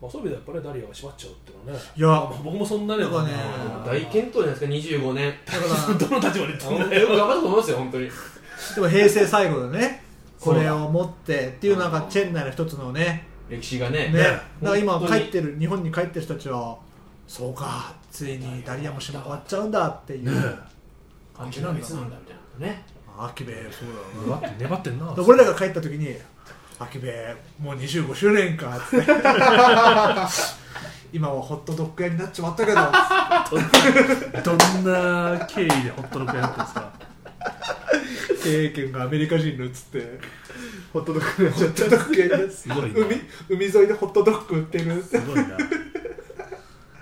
[SPEAKER 3] まあそういう意味ではやっぱねダリアが縛っちゃうっていうのはね
[SPEAKER 2] いや
[SPEAKER 3] まあ僕もそんなね
[SPEAKER 2] なんかね
[SPEAKER 3] まあ
[SPEAKER 1] 大健闘じゃないですか25年
[SPEAKER 2] だから
[SPEAKER 3] どの立場で言って
[SPEAKER 1] 本
[SPEAKER 3] も
[SPEAKER 1] 当
[SPEAKER 3] ね
[SPEAKER 1] によく 頑張ったと思いますよ本当に
[SPEAKER 2] でも平成最後でね
[SPEAKER 1] そう
[SPEAKER 2] こ
[SPEAKER 1] だ
[SPEAKER 2] れを持ってっていうなんかチェン内の一つのね
[SPEAKER 1] 歴史がね
[SPEAKER 2] ねだから今
[SPEAKER 1] 本当
[SPEAKER 2] 帰
[SPEAKER 1] に
[SPEAKER 2] ってる日本に帰ってる人たちはそうかついにダリアも島終わっちゃうんだっていう
[SPEAKER 3] ね
[SPEAKER 1] あ
[SPEAKER 2] 感
[SPEAKER 1] 違う別なんだみたいなね
[SPEAKER 2] アキベそう
[SPEAKER 3] 粘
[SPEAKER 2] だ
[SPEAKER 3] って粘ってんな
[SPEAKER 2] な俺らが帰った時に「アキベもう25周年 か」っつって今はホットドッグ屋になっちまったけど
[SPEAKER 3] どんな経緯でホットドッグやってんですか
[SPEAKER 2] 経験がアメリカ人のっつってホットドッグ屋になっちゃったホットドッグ屋になっ
[SPEAKER 3] すごいな
[SPEAKER 2] 海海沿いでホットドッグ売ってる
[SPEAKER 3] すごいな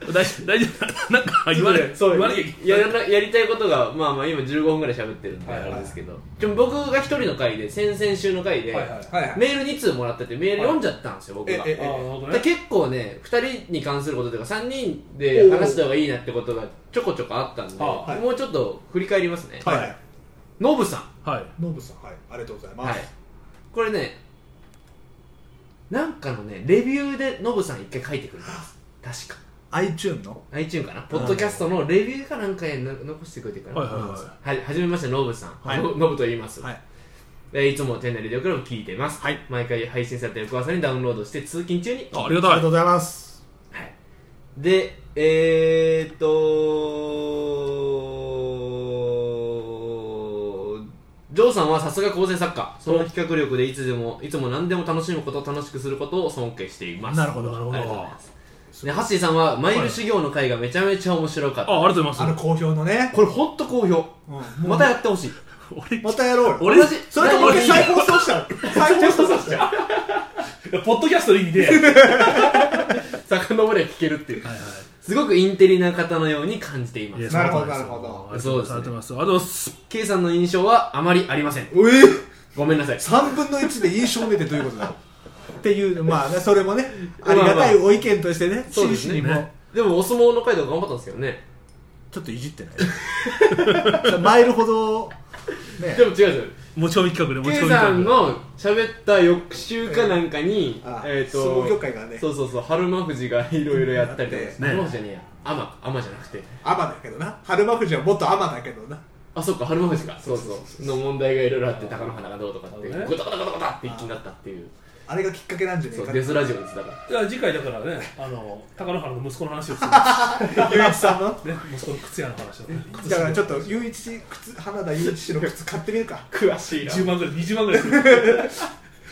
[SPEAKER 3] 大丈夫大丈夫なんか言われ
[SPEAKER 1] そう
[SPEAKER 3] 言わなきゃいけ
[SPEAKER 1] やらなやりたいことがまあまあ今15分ぐらい喋ってるんで
[SPEAKER 3] はいはい
[SPEAKER 1] あれですけどでも僕が一人の回で先々週の回で
[SPEAKER 3] ないはいはい
[SPEAKER 2] はい
[SPEAKER 1] メール2通もらっててメール読んじゃったんですよ僕が
[SPEAKER 2] え
[SPEAKER 3] あ
[SPEAKER 2] え
[SPEAKER 3] あなるほど
[SPEAKER 1] で
[SPEAKER 3] ね
[SPEAKER 1] 結構ね2人に関することというか3人で話した方がいいなってことがちょこちょこあったんで、
[SPEAKER 3] はい
[SPEAKER 1] もうちょっと振り返りますね
[SPEAKER 2] はい、
[SPEAKER 1] ノブさ
[SPEAKER 3] はい
[SPEAKER 2] ノブさんはいありがとうござい
[SPEAKER 1] ん、
[SPEAKER 2] ま
[SPEAKER 1] はい
[SPEAKER 2] す、、
[SPEAKER 1] これねなんかのねレビューでノブさん一回書いてくれてます確か
[SPEAKER 2] iTune の
[SPEAKER 1] iTune かなポッドキャストのレビューかなんかへの残してくれてるから
[SPEAKER 3] はいはいはい
[SPEAKER 1] はいはじめましてノブさん、
[SPEAKER 2] はい
[SPEAKER 1] のノブと言います、
[SPEAKER 2] はい
[SPEAKER 1] えいつも店内レディオクラブ聞いてます、
[SPEAKER 2] はい
[SPEAKER 1] 毎回配信された翌朝にダウンロードして通勤中に
[SPEAKER 3] あありが
[SPEAKER 2] あり
[SPEAKER 3] た
[SPEAKER 2] が
[SPEAKER 3] い
[SPEAKER 2] とうございます
[SPEAKER 1] はい、でえー、っとジョーさんはさすが構成作家その企画力でいつでもいつも何でも楽しむこと楽しくすることを尊敬しています
[SPEAKER 2] なるほど
[SPEAKER 3] なるほど
[SPEAKER 1] ありがとうございますでハッシーさんはマイル修行の会がめちゃめちゃ面白かった、
[SPEAKER 3] あありがとうござ
[SPEAKER 2] あ
[SPEAKER 3] い
[SPEAKER 2] の
[SPEAKER 3] ま
[SPEAKER 2] 好評のね、
[SPEAKER 1] これ本当好評
[SPEAKER 2] うん、もう
[SPEAKER 1] またやってほしい
[SPEAKER 3] す俺
[SPEAKER 2] またやろうよ
[SPEAKER 1] 俺たち
[SPEAKER 2] それともう一回再
[SPEAKER 1] い
[SPEAKER 2] 放送したの再放送したの
[SPEAKER 3] ポッドキャストの意味で
[SPEAKER 1] 遡れば聞けるっていう
[SPEAKER 3] はいはい
[SPEAKER 1] すごくインテリな方のように感じていま
[SPEAKER 3] いや
[SPEAKER 1] す
[SPEAKER 2] なるほ
[SPEAKER 3] そ
[SPEAKER 2] ど
[SPEAKER 3] う
[SPEAKER 2] なるほ
[SPEAKER 1] ど
[SPEAKER 3] そうですありがとうございますありがとうございます
[SPEAKER 1] K さんの印象はあまりありません
[SPEAKER 2] うえ
[SPEAKER 1] ごめんなさい
[SPEAKER 2] 3分の1で印象目ってどういうことだろうっていうまあねそれもねありがたいご意見としてね
[SPEAKER 1] そう
[SPEAKER 2] 真
[SPEAKER 1] ですね
[SPEAKER 2] 摯にも
[SPEAKER 1] でもお相撲の会とか頑張ったんですけどね
[SPEAKER 2] ちょっといじってないマイルほどね
[SPEAKER 1] でも違うんですよ
[SPEAKER 3] 持ち込み企画で持ち込
[SPEAKER 1] K
[SPEAKER 3] み
[SPEAKER 1] さ
[SPEAKER 3] 企
[SPEAKER 1] ん
[SPEAKER 3] 画
[SPEAKER 1] の喋った翌週かなんかに、
[SPEAKER 2] あ
[SPEAKER 1] えー、
[SPEAKER 2] 相
[SPEAKER 1] と
[SPEAKER 2] 撲業界がね
[SPEAKER 1] そうそうそう春馬富士がいろいろやったりとかです
[SPEAKER 3] ね
[SPEAKER 1] ね春馬富士じゃねえや天天じゃなくて
[SPEAKER 2] アマだけどな春馬富士はもっとアマだけどな
[SPEAKER 1] あそっか春馬富士かそうそうの問題がいろいろあって貴乃花がどうとかって
[SPEAKER 3] なるほ
[SPEAKER 1] ゴタゴタゴタゴタって一気になったっていう
[SPEAKER 2] あれがきっかけなんじゃね
[SPEAKER 1] そうデ
[SPEAKER 2] え
[SPEAKER 1] スラジオですだから
[SPEAKER 3] いや次回だからねあの高野原の息子の話をする
[SPEAKER 2] かゆういちさんの
[SPEAKER 3] ね、息子の靴屋の話だね。
[SPEAKER 2] だからちょっとゆういち靴花田ゆういち氏の靴買ってみるか
[SPEAKER 1] 詳しい
[SPEAKER 3] 10万ぐらい、20万ぐらいする。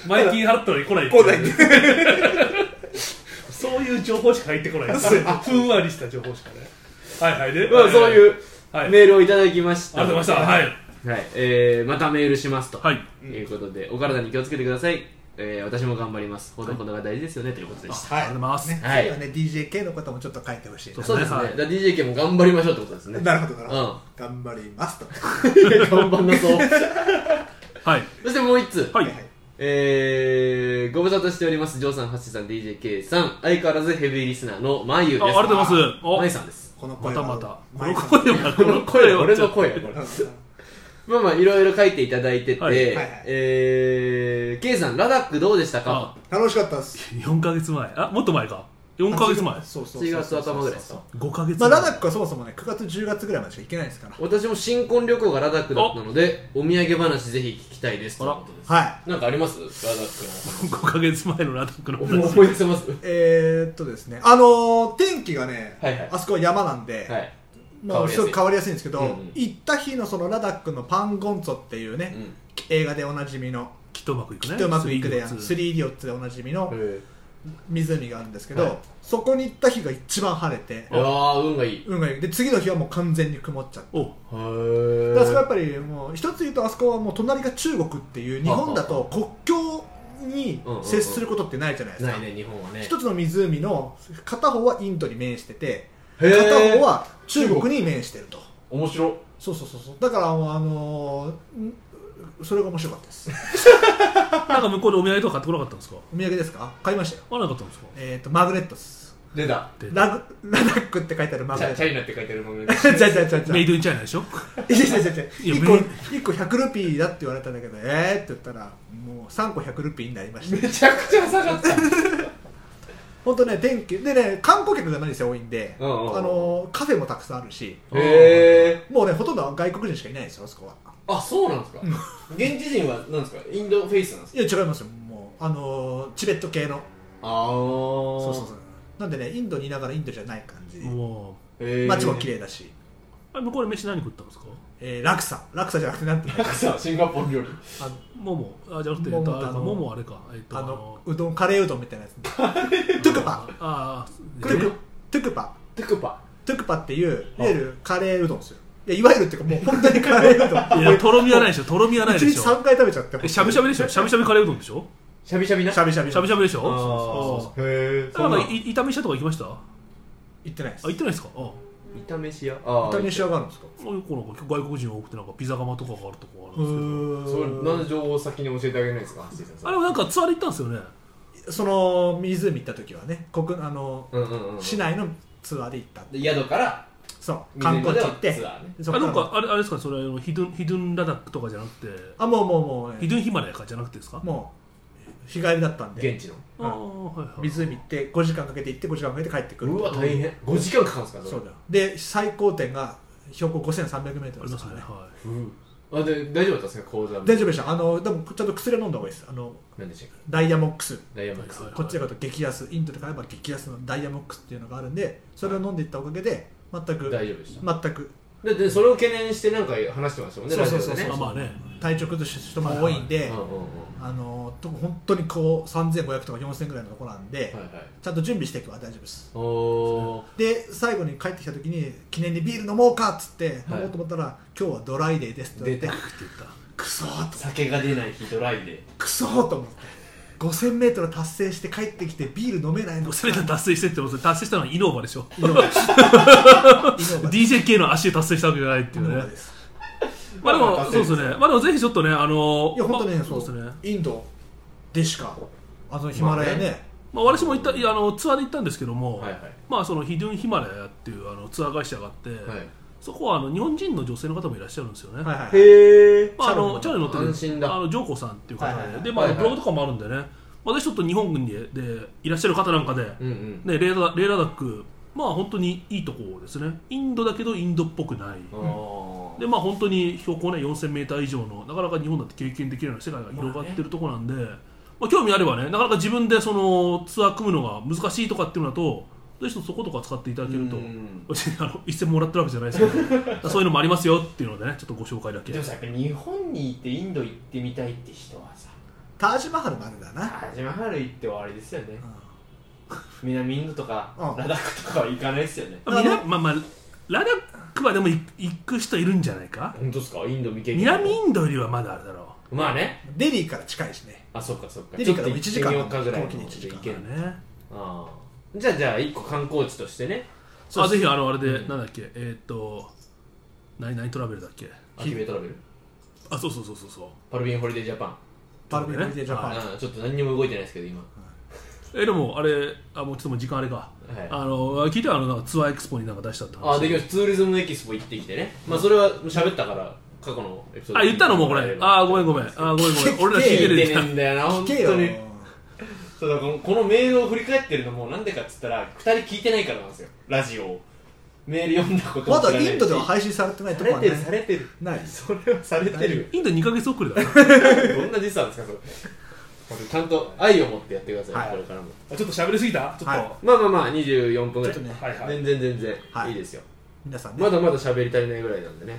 [SPEAKER 3] 前金払ったのに来ない。
[SPEAKER 2] こうだいね
[SPEAKER 3] そういう情報しか入ってこない。ふんわりした情報しかね。はいはい。で、
[SPEAKER 1] まあそういう
[SPEAKER 3] はい
[SPEAKER 1] メールをいただきました
[SPEAKER 3] ありがとうございました。はい。
[SPEAKER 1] はいえーまたメールしますと
[SPEAKER 3] はい。
[SPEAKER 1] いうことで、お体に気をつけてください、えー私も頑張りますほどほどが大事ですよね、ということでした
[SPEAKER 2] はい
[SPEAKER 3] ありがとうございます
[SPEAKER 2] ね
[SPEAKER 1] はい
[SPEAKER 2] 次はね DJK のこともちょっと書いてほしいな
[SPEAKER 1] そうですね、
[SPEAKER 3] はい
[SPEAKER 1] だから DJK も頑張りましょうってことですね
[SPEAKER 2] なるほどなるほ
[SPEAKER 1] うん
[SPEAKER 2] ど頑張りますとは
[SPEAKER 1] 頑張んなそう
[SPEAKER 3] はい。
[SPEAKER 1] そしてもう一つ、
[SPEAKER 3] はいい。
[SPEAKER 2] はい
[SPEAKER 1] えー、ご無沙汰しておりますジョーさん、ハッシーさん、DJK さん相変わらずヘビーリスナーのまゆです
[SPEAKER 3] あ、ありがとうござい
[SPEAKER 1] まゆ
[SPEAKER 3] ます。
[SPEAKER 1] さんです
[SPEAKER 2] この
[SPEAKER 3] お、ま
[SPEAKER 2] 声
[SPEAKER 3] た
[SPEAKER 2] は
[SPEAKER 3] また。こ
[SPEAKER 2] 前
[SPEAKER 3] の
[SPEAKER 2] さん
[SPEAKER 3] 声は、この声は。
[SPEAKER 1] 俺の声よこれ
[SPEAKER 2] うん
[SPEAKER 1] まあまあいろいろ書いていただいてて、
[SPEAKER 3] はいはい
[SPEAKER 2] はい
[SPEAKER 1] えー、K さんラダックどうでした
[SPEAKER 3] あ
[SPEAKER 1] か、
[SPEAKER 2] 楽しかったっす
[SPEAKER 3] 4ヶ月前。あ、もっと前か。4ヶ月前。
[SPEAKER 2] そうそうそう
[SPEAKER 1] 7月頭ぐらいですか
[SPEAKER 3] 5ヶ月
[SPEAKER 2] まあ
[SPEAKER 3] 前。
[SPEAKER 2] ラダックはそもそもね9月10月ぐらいまでしか行けないですから
[SPEAKER 1] 私も新婚旅行がラダックだったのでお土産話ぜひ聞きたいです
[SPEAKER 3] あら
[SPEAKER 1] ということです
[SPEAKER 2] はい
[SPEAKER 1] なんかありますラダッ
[SPEAKER 3] 5ヶ月前のラダックの
[SPEAKER 1] クの
[SPEAKER 3] 話。
[SPEAKER 1] 思い出せます
[SPEAKER 2] えー、っとですねあのー天気がね、
[SPEAKER 1] はいはい
[SPEAKER 2] あそこは山なんで、
[SPEAKER 1] はい
[SPEAKER 2] ま
[SPEAKER 1] 変わり
[SPEAKER 2] あ、
[SPEAKER 1] やすい
[SPEAKER 2] すごく変わりやすいんですけど、
[SPEAKER 1] うんうん
[SPEAKER 2] 行った日のそのラダックのパンゴンツォっていうね、
[SPEAKER 1] うん
[SPEAKER 2] 映画でおなじみの
[SPEAKER 3] きっとうまくいくね。
[SPEAKER 2] きっとうまくいくで
[SPEAKER 3] スリー
[SPEAKER 2] スリーリオッツでおなじみの
[SPEAKER 1] え
[SPEAKER 2] 湖があるんですけど、
[SPEAKER 1] はい
[SPEAKER 2] そこに行った日が一番晴れて
[SPEAKER 1] ー、ああ運がいい
[SPEAKER 2] 運がいいで次の日はもう完全に曇っちゃって
[SPEAKER 3] お、
[SPEAKER 1] へ
[SPEAKER 2] であそこや
[SPEAKER 1] ー
[SPEAKER 2] っぱりもう一つ言うとあそこはもう隣が中国っていう日本だと国境に接することってないじゃないですか、
[SPEAKER 1] ないね日本はね
[SPEAKER 2] 一つの湖の片方はインドに面してて
[SPEAKER 1] へー
[SPEAKER 2] 片方は中国に面してると
[SPEAKER 1] 面白
[SPEAKER 2] そうそうそうそうだからあのーんそれが面白かったです
[SPEAKER 3] なんか向こうでお土産とか買ってこなかったんですか
[SPEAKER 2] お土産ですか買いましたよ
[SPEAKER 3] 買わなかったんですか
[SPEAKER 2] えっ、とマグネットです
[SPEAKER 1] 出た
[SPEAKER 3] で
[SPEAKER 2] ラグラダックって書いてあるマグ
[SPEAKER 1] チ
[SPEAKER 2] ネ
[SPEAKER 1] ャ
[SPEAKER 2] ッ
[SPEAKER 1] チ
[SPEAKER 2] ト
[SPEAKER 1] ャイナって書いてあるもんね
[SPEAKER 2] じゃじゃじゃじゃじゃ
[SPEAKER 3] メイドインチャイナでしょ
[SPEAKER 2] いやいやいやいや
[SPEAKER 3] いや
[SPEAKER 2] 1個
[SPEAKER 3] メイ
[SPEAKER 2] 1個100ルピーだって言われたんだけどえーって言ったらもう3個100ルピーになりました
[SPEAKER 1] めちゃくちゃ下がった
[SPEAKER 2] 本当ね天気でね観光客が何せ多いんで、
[SPEAKER 1] うんうんうん
[SPEAKER 2] あのーカフェもたくさんあるし
[SPEAKER 1] へえ
[SPEAKER 2] もうねほとんど外国人しかいないですよあそこは
[SPEAKER 1] あそうなんですか現地人はなんですかインドフェイスなんですか
[SPEAKER 2] いや違いますよもうあのーチベット系の
[SPEAKER 1] ああ
[SPEAKER 2] そうそうそうなんでねインドにいながらインドじゃない感じ
[SPEAKER 3] も
[SPEAKER 1] う
[SPEAKER 2] 街も綺
[SPEAKER 1] 麗
[SPEAKER 2] 麗だし
[SPEAKER 3] うあ向こうで飯何食ったんですか
[SPEAKER 2] えー、ラクサラクサじゃなくてなんていうの
[SPEAKER 1] なんかさシンガポール料理
[SPEAKER 2] あの
[SPEAKER 3] ももあじゃなくて
[SPEAKER 2] も
[SPEAKER 3] えっ
[SPEAKER 2] も
[SPEAKER 3] とあれか
[SPEAKER 2] あの
[SPEAKER 3] ももあれかえっと
[SPEAKER 2] あのうどんカレーうどんみたいなやつトゥク
[SPEAKER 3] あ
[SPEAKER 2] パ
[SPEAKER 3] あ
[SPEAKER 2] ト
[SPEAKER 1] れ
[SPEAKER 2] ゥクトゥクパ
[SPEAKER 1] テクパ
[SPEAKER 2] トゥクパっていういわゆるカレーうどんですよいやいわゆるっていうかもう本当にカレーうどん
[SPEAKER 3] いやとろみはないでしょとろみはない
[SPEAKER 2] 一
[SPEAKER 3] で
[SPEAKER 2] 日
[SPEAKER 3] しょ
[SPEAKER 2] 3回食べちゃって
[SPEAKER 3] えしゃぶしゃぶでしょしゃぶしゃぶカレーうどんでしょ
[SPEAKER 1] しゃびしゃびな
[SPEAKER 2] しゃぶしゃぶ
[SPEAKER 3] しゃぶしゃぶでしょ
[SPEAKER 1] あー
[SPEAKER 3] そうそう
[SPEAKER 1] へえ
[SPEAKER 3] そうなんかい炒めしたとか行きましたあ
[SPEAKER 2] 行ってないです
[SPEAKER 3] 行ってないですかあ
[SPEAKER 1] 炒めしやあ
[SPEAKER 2] 炒めし上がるんですか
[SPEAKER 3] あよくなんか外国人多くてなんかピザ窯とかがあるとこがある
[SPEAKER 2] うん
[SPEAKER 3] です
[SPEAKER 1] それなん
[SPEAKER 2] ー
[SPEAKER 1] で
[SPEAKER 2] ん
[SPEAKER 1] 情報を先に教えてあげないんですかハッシーさん
[SPEAKER 3] けどあれもなんかツアーで行ったんですよね
[SPEAKER 2] その湖行った時はね国あの
[SPEAKER 1] うんうんうん
[SPEAKER 2] 市内のツアーで行った
[SPEAKER 1] で宿から
[SPEAKER 2] そう観光地行って
[SPEAKER 1] 水辺ではツアーね
[SPEAKER 2] そ
[SPEAKER 3] あ
[SPEAKER 2] っか
[SPEAKER 3] なん
[SPEAKER 2] ら
[SPEAKER 3] かあれあれですかそれあのヒドゥンヒドゥンラダックとかじゃなくて
[SPEAKER 2] あもうもうもうね
[SPEAKER 3] ヒドゥンヒマラヤかじゃなくてですか
[SPEAKER 2] もう日帰りだったんで
[SPEAKER 1] 現地の
[SPEAKER 3] ああはいはい
[SPEAKER 2] 湖行って5時間かけて行って5時間かけて帰ってくる
[SPEAKER 1] うわ大変5時間かかるんですか
[SPEAKER 2] そうだよで最高点が標高 5300m
[SPEAKER 3] あ
[SPEAKER 2] で
[SPEAKER 3] り
[SPEAKER 2] す
[SPEAKER 3] ます
[SPEAKER 2] か
[SPEAKER 3] ね
[SPEAKER 2] らね
[SPEAKER 3] は
[SPEAKER 1] うんあで大丈夫だったんですか講座
[SPEAKER 2] 大丈夫でしたあのでもちょっと薬を飲んだ方がいいですあの
[SPEAKER 1] 何でしたっ
[SPEAKER 2] ダイヤモックス
[SPEAKER 1] けダイヤモンド
[SPEAKER 3] はい
[SPEAKER 2] こっちで買うと激安インドで買えば激安のダイヤモックスっていうのがあるんでそれを飲んでいったおかげで全く
[SPEAKER 1] 大丈夫でした
[SPEAKER 2] 全く
[SPEAKER 1] ででそれを懸念してなんか話してましたもんね
[SPEAKER 2] そ
[SPEAKER 1] ラ
[SPEAKER 2] う
[SPEAKER 1] ジ
[SPEAKER 2] そ
[SPEAKER 1] オ
[SPEAKER 2] うそう
[SPEAKER 1] で
[SPEAKER 3] い
[SPEAKER 1] ね
[SPEAKER 3] まあまあね
[SPEAKER 2] 体調崩してる人も多いんで、
[SPEAKER 1] うんうんうん
[SPEAKER 2] あのと本当にこう3500とか4000ぐらいのところなん
[SPEAKER 1] は
[SPEAKER 2] で、
[SPEAKER 1] いはい
[SPEAKER 2] ちゃんと準備していけば大丈夫です
[SPEAKER 1] おお
[SPEAKER 2] で最後に帰ってきた時に記念にビール飲もうかっつって、
[SPEAKER 1] はい
[SPEAKER 2] 飲もうと思ったら今日はドライデーですって言われて
[SPEAKER 1] 出
[SPEAKER 3] って言った
[SPEAKER 2] クソーと
[SPEAKER 1] 酒が出ない日ドライで
[SPEAKER 2] クソーと思って 5000m 達成して帰ってきてビール飲めないの
[SPEAKER 3] それで達成してってもそれ達成したのはイノーバでしょ
[SPEAKER 2] イノバ
[SPEAKER 3] DJK の足で達成したわけじゃないっていうね
[SPEAKER 2] です
[SPEAKER 3] まあで
[SPEAKER 1] まあ
[SPEAKER 3] もそう
[SPEAKER 1] 達成
[SPEAKER 3] ですねまあでもぜひちょっとねあの
[SPEAKER 2] いや本当ね
[SPEAKER 3] まあ
[SPEAKER 2] そう
[SPEAKER 3] そうですね
[SPEAKER 2] インドでしかあのヒマラヤね,、
[SPEAKER 3] まあ私も行ったいやあのツアーで行ったんですけども
[SPEAKER 1] はいはい
[SPEAKER 3] まあそのヒドゥンヒマラヤっていうあのツアー会社があって
[SPEAKER 1] はい
[SPEAKER 3] そこはあの日本人の女性の方もいらっしゃるんですよね
[SPEAKER 2] はいはいはい
[SPEAKER 1] へえ
[SPEAKER 3] まあ、あのチ
[SPEAKER 2] チ
[SPEAKER 3] ャ
[SPEAKER 2] ャ
[SPEAKER 3] ルに乗ってる
[SPEAKER 1] 安心だ
[SPEAKER 3] あのジョーコさんっていう方で,、
[SPEAKER 2] はいはいはい
[SPEAKER 3] でまあ
[SPEAKER 1] はいはい
[SPEAKER 3] ブログとかもあるんでね、私ちょっと日本軍ででいらっしゃる方なんかで、
[SPEAKER 1] うんうん
[SPEAKER 3] ね、レーダレーダダックまあ本当にいいとこですねインドだけどインドっぽくない、
[SPEAKER 1] あー
[SPEAKER 3] でまあ本当に標高ね 4000m 以上のなかなか日本だって経験できるような世界が広がってるとこなんで、まあ、興味あればねなかなか自分でそのツアー組むのが難しいとかっていうのだとぜひともそことか使っていただけると
[SPEAKER 1] うん
[SPEAKER 3] 別 にあの一銭もらってるわけじゃない ですけどそういうのもありますよっていうのでねちょっとご紹介だけ
[SPEAKER 1] でもさやっぱ日本に行ってインド行ってみたいって人はさ
[SPEAKER 2] タージマハルもあるんだな、
[SPEAKER 1] タージマハル行って終わりですよね
[SPEAKER 2] うん
[SPEAKER 1] 南インドとか
[SPEAKER 2] うん
[SPEAKER 1] ラダックとかは行かないですよね
[SPEAKER 3] まあ、南まあまあラダックはでも行行く人いるんじゃないか
[SPEAKER 1] 本当ですかインド未経験
[SPEAKER 3] 南インドよりはまだあれだろ
[SPEAKER 1] まあね
[SPEAKER 2] デリーから近いしね
[SPEAKER 1] あそっかそっか
[SPEAKER 2] デ
[SPEAKER 1] ち
[SPEAKER 2] リ
[SPEAKER 1] ょ
[SPEAKER 2] ー
[SPEAKER 1] っ
[SPEAKER 2] か
[SPEAKER 1] と行ってみようかぐ
[SPEAKER 2] らも1時間
[SPEAKER 1] らいの
[SPEAKER 2] 飛行機で1時間
[SPEAKER 1] 行
[SPEAKER 3] う
[SPEAKER 1] け
[SPEAKER 3] だ
[SPEAKER 1] る
[SPEAKER 3] ね
[SPEAKER 1] あーじゃあじゃあ一個観光地としてね
[SPEAKER 3] あぜひあのあれで、
[SPEAKER 1] うん
[SPEAKER 3] なんだっけえーっと何何トラベルだっけ
[SPEAKER 1] アキベイトラベル
[SPEAKER 3] あそうそうそうそうそう
[SPEAKER 1] パルビンホリデージャパン
[SPEAKER 2] パルビリティジャパン、
[SPEAKER 1] あーちょっと何にも動いてないですけど今
[SPEAKER 3] えでもあれあもうちょっともう時間あれか
[SPEAKER 1] はい
[SPEAKER 3] あの聞いてあのなんかツアーエクスポになんか出したって話
[SPEAKER 1] あできましたツーリズムエキスポ行ってきてねまあそれは喋ったから過去のエピソード
[SPEAKER 3] あ言ったのもうこれあーごめんごめんあーごめんごめん俺ら聞い
[SPEAKER 1] 聞
[SPEAKER 3] て
[SPEAKER 1] いて
[SPEAKER 3] る
[SPEAKER 1] ねえんだよな本
[SPEAKER 2] 聞
[SPEAKER 1] 当
[SPEAKER 2] けよ
[SPEAKER 1] にそうだこのこのメールを振り返ってるのもなんでかっつったら2人聞いてないからなんですよラジオをメール読んだことも
[SPEAKER 2] ま
[SPEAKER 1] 知ら
[SPEAKER 2] だ
[SPEAKER 1] ないし
[SPEAKER 2] インドでは配信されてない
[SPEAKER 1] さ
[SPEAKER 2] とこ
[SPEAKER 1] れ
[SPEAKER 2] は
[SPEAKER 1] て
[SPEAKER 2] ね
[SPEAKER 1] るされてる
[SPEAKER 2] ない
[SPEAKER 1] それはされてるよ
[SPEAKER 3] インド2ヶ月遅れだな
[SPEAKER 1] どんな時差なんですかそれちゃんと愛を持ってやってください、
[SPEAKER 2] はい
[SPEAKER 1] これからも
[SPEAKER 3] あちょっと喋りすぎたちょっと、
[SPEAKER 2] はい
[SPEAKER 1] まあまあまあ24分ぐらい
[SPEAKER 2] ちょっとね
[SPEAKER 3] はいはい
[SPEAKER 1] 全然全然、
[SPEAKER 2] はい
[SPEAKER 1] い、いですよ
[SPEAKER 2] 皆さんね、
[SPEAKER 1] まだまだ喋り足りないぐらいなんでね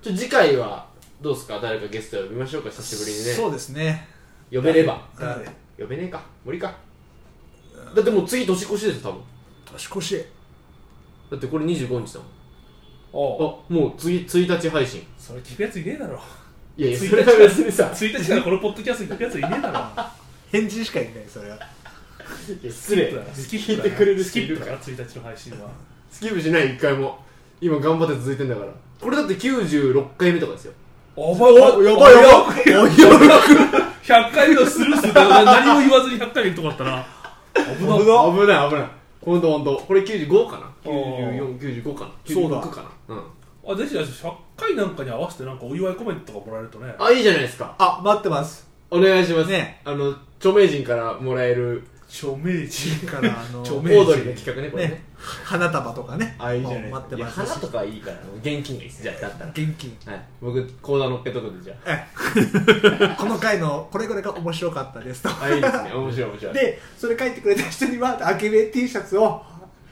[SPEAKER 1] ちょ次回はどうですか誰かゲスト呼びましょうか久しぶりにね
[SPEAKER 2] そうですね
[SPEAKER 1] 呼べれば
[SPEAKER 2] 誰
[SPEAKER 1] 呼べねえか無理かだってもう次年越しですよ多分
[SPEAKER 2] 年越し
[SPEAKER 1] だってこれ25日だもんあ
[SPEAKER 3] おう
[SPEAKER 1] もう次1日配信
[SPEAKER 3] それ聞くやついねえだろ
[SPEAKER 1] いやいや
[SPEAKER 3] 1日
[SPEAKER 1] それは別にさ
[SPEAKER 3] 1日から このポッドキャストに聞くやついねえだろ
[SPEAKER 2] 返事しかいないそれはい
[SPEAKER 1] や失礼
[SPEAKER 3] スキッ
[SPEAKER 1] 聞い
[SPEAKER 3] プだな
[SPEAKER 1] てくれる
[SPEAKER 3] スキ
[SPEAKER 1] 人
[SPEAKER 3] ッ
[SPEAKER 1] いる
[SPEAKER 3] プ
[SPEAKER 1] か
[SPEAKER 3] からら1日の配信は
[SPEAKER 1] スキップしない一回も今頑張って続いてんだからこれだって96回目とかですよ
[SPEAKER 3] お前
[SPEAKER 2] おやばいやばいおやばい
[SPEAKER 3] 100回目のスルーすると何も言わずに100回目のとこだったら
[SPEAKER 1] 危ない危ない危ないほんとほんとこれ95かな9495かな
[SPEAKER 2] そうだ
[SPEAKER 1] 96かなうん
[SPEAKER 3] あぜひ100回なんかに合わせてなんかお祝いコメントとかもらえるとね
[SPEAKER 1] あいいじゃないですか
[SPEAKER 2] あ待ってます
[SPEAKER 1] お願いします
[SPEAKER 2] ね
[SPEAKER 1] あの著名人からもらえる
[SPEAKER 3] 著名人
[SPEAKER 2] からあ の
[SPEAKER 3] ちょ
[SPEAKER 1] オ
[SPEAKER 3] 名人
[SPEAKER 1] ードリーの企画ねこれね
[SPEAKER 2] ね花束とかね
[SPEAKER 1] あいいじゃない
[SPEAKER 2] もう待って
[SPEAKER 1] や
[SPEAKER 2] ます
[SPEAKER 1] 花とかいいから現金がいいですじゃあだったら
[SPEAKER 2] 現金
[SPEAKER 1] はい僕講座乗っけとくんでじゃ
[SPEAKER 2] ええ この回のこれぐらいが面白かったです と
[SPEAKER 1] ああいいですね面白い面白い
[SPEAKER 2] でそれ書いてくれた人にはアキベイ T シャツを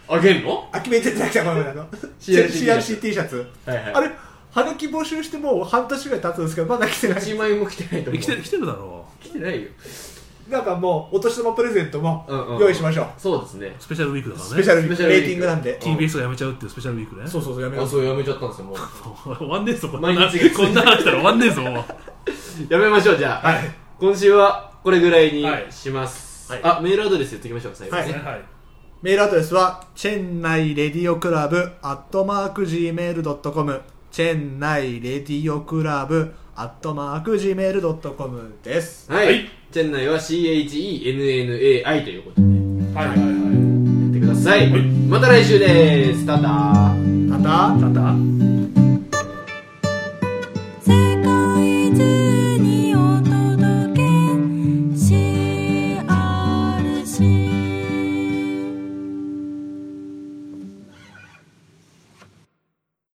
[SPEAKER 1] あげんの
[SPEAKER 2] アキベイじゃなくてごめんなさいあの
[SPEAKER 1] CRC
[SPEAKER 2] CRC T シャツ
[SPEAKER 1] はいはい
[SPEAKER 2] あれはがき募集してもう半年ぐらい経つんですけどまだ来てない
[SPEAKER 1] 1万円も来てないと思
[SPEAKER 3] え
[SPEAKER 1] う
[SPEAKER 3] 来てる来てるだろ
[SPEAKER 1] 来てないよ
[SPEAKER 2] なんかもうお年玉プレゼントも
[SPEAKER 1] うんうん
[SPEAKER 2] 用意しましょう、
[SPEAKER 1] そうですね
[SPEAKER 3] うスペシャルウィークだからね
[SPEAKER 2] スペシャルウィ
[SPEAKER 1] ス
[SPEAKER 2] ー
[SPEAKER 1] ペシャ
[SPEAKER 2] ク
[SPEAKER 1] ルウィー
[SPEAKER 2] レ
[SPEAKER 1] ク
[SPEAKER 2] ーティングなんで、
[SPEAKER 1] うん
[SPEAKER 3] TBS が辞めちゃうっていうスペシャルウィークね
[SPEAKER 2] そうそうそうやめよ
[SPEAKER 1] あ
[SPEAKER 2] う
[SPEAKER 1] そうやめちゃったんですよもう
[SPEAKER 3] 終わんねえぞこんな
[SPEAKER 1] 毎日
[SPEAKER 3] こんな話したら終わんねえぞもう
[SPEAKER 1] やめましょうじゃあ、
[SPEAKER 2] はい
[SPEAKER 1] 今週はこれぐらいに
[SPEAKER 3] はい
[SPEAKER 1] します、
[SPEAKER 3] はい
[SPEAKER 1] あメールアドレス言っときましょう最後にね、
[SPEAKER 2] はい
[SPEAKER 3] はい
[SPEAKER 2] メールアドレスはチェンナイレディオクラブアットマーク Gmail.com チェンナイレディオクラブアットマーク Gmail.com です
[SPEAKER 1] はい、
[SPEAKER 3] はい
[SPEAKER 1] チェンナイは CHENNAI ということでや
[SPEAKER 3] はいはいは
[SPEAKER 1] ってください、
[SPEAKER 3] はい
[SPEAKER 1] また来週ですただ
[SPEAKER 2] また
[SPEAKER 3] いただ